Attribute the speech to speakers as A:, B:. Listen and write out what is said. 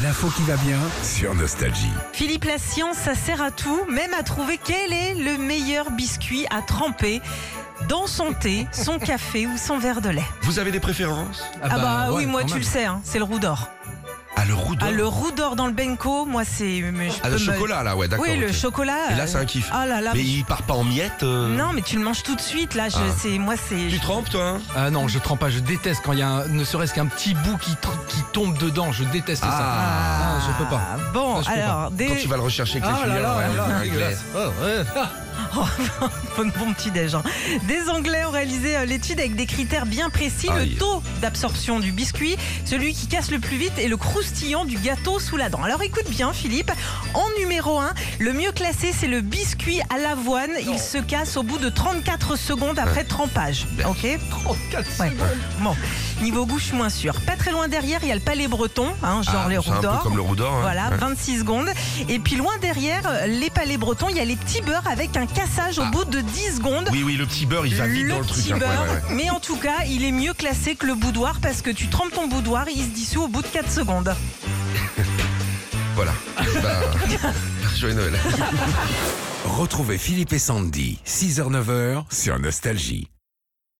A: L'info qui va bien.
B: sur Nostalgie.
C: Philippe, la science, ça sert à tout, même à trouver quel est le meilleur biscuit à tremper dans son thé, son café ou son verre de lait.
B: Vous avez des préférences
C: Ah, bah, oui, moi tu le sais, hein, c'est le roux d'or.
B: Ah, le roux d'or.
C: Ah, le roux d'or dans le benko, moi c'est... mais je
B: Ah, le
C: peux me-
B: chocolat, là, ouais, d'accord.
C: Oui, le
B: ok.
C: chocolat.
B: Et là,
C: euh,
B: c'est un kiff.
C: Ah là là.
B: Mais il part pas en miettes. euh,
C: Non, mais tu le manges tout de suite, là. Je,
B: Ah.
C: c'est, moi c'est...
B: Tu trempes, toi hein
A: Ah non, je trempe pas, je déteste quand il y a un- ne serait-ce qu'un petit bout qui, tr- qui tombe dedans, je déteste ça.
B: Ah,
A: Ah, je peux pas.
C: Bon,
A: Ça, je peux
C: alors, des...
B: Quand tu vas le rechercher avec les
A: Ah là
B: cuillères,
A: là,
B: ouais,
A: là là,
B: avec les-
A: dégueulasse. Oh, ouais. Ah,
C: Bon, bon petit déj. hein. Des Anglais ont réalisé euh, l'étude avec des critères bien précis
B: Aïe.
C: le taux d'absorption du biscuit, celui qui casse le plus vite et le croustillant du gâteau sous la dent. Alors écoute bien, Philippe. En numéro 1, le mieux classé, c'est le biscuit à l'avoine. Il se casse au bout de 34 secondes après trempage. Ok
A: oh, quatre
C: Ouais.
A: secondes.
C: Bon, niveau goût, je suis moins sûr. Pas très loin derrière, il y a le palais breton, hein, genre
B: Ah,
C: les
B: c'est
C: roues
B: un peu
C: d'or.
B: comme le roux d'or. hein.
C: Voilà,
B: Ouais.
C: 26 secondes. Et puis loin derrière, euh, les palais bretons, il y a les petits beurres avec un cassage au
B: Ah.
C: bout de 10 secondes.
B: Oui, oui, le petit beurre, il va vite dans
C: Le
B: le truc.
C: petit
B: hein. Ouais,
C: beurre,
B: ouais, ouais.
C: mais en tout cas, il est mieux classé que le boudoir parce que tu trempes ton boudoir, il se dissout au bout de 4 secondes.
B: Voilà. Bah, Joyeux Noël.
D: Retrouvez Philippe et Sandy, 6h-9h sur Nostalgie.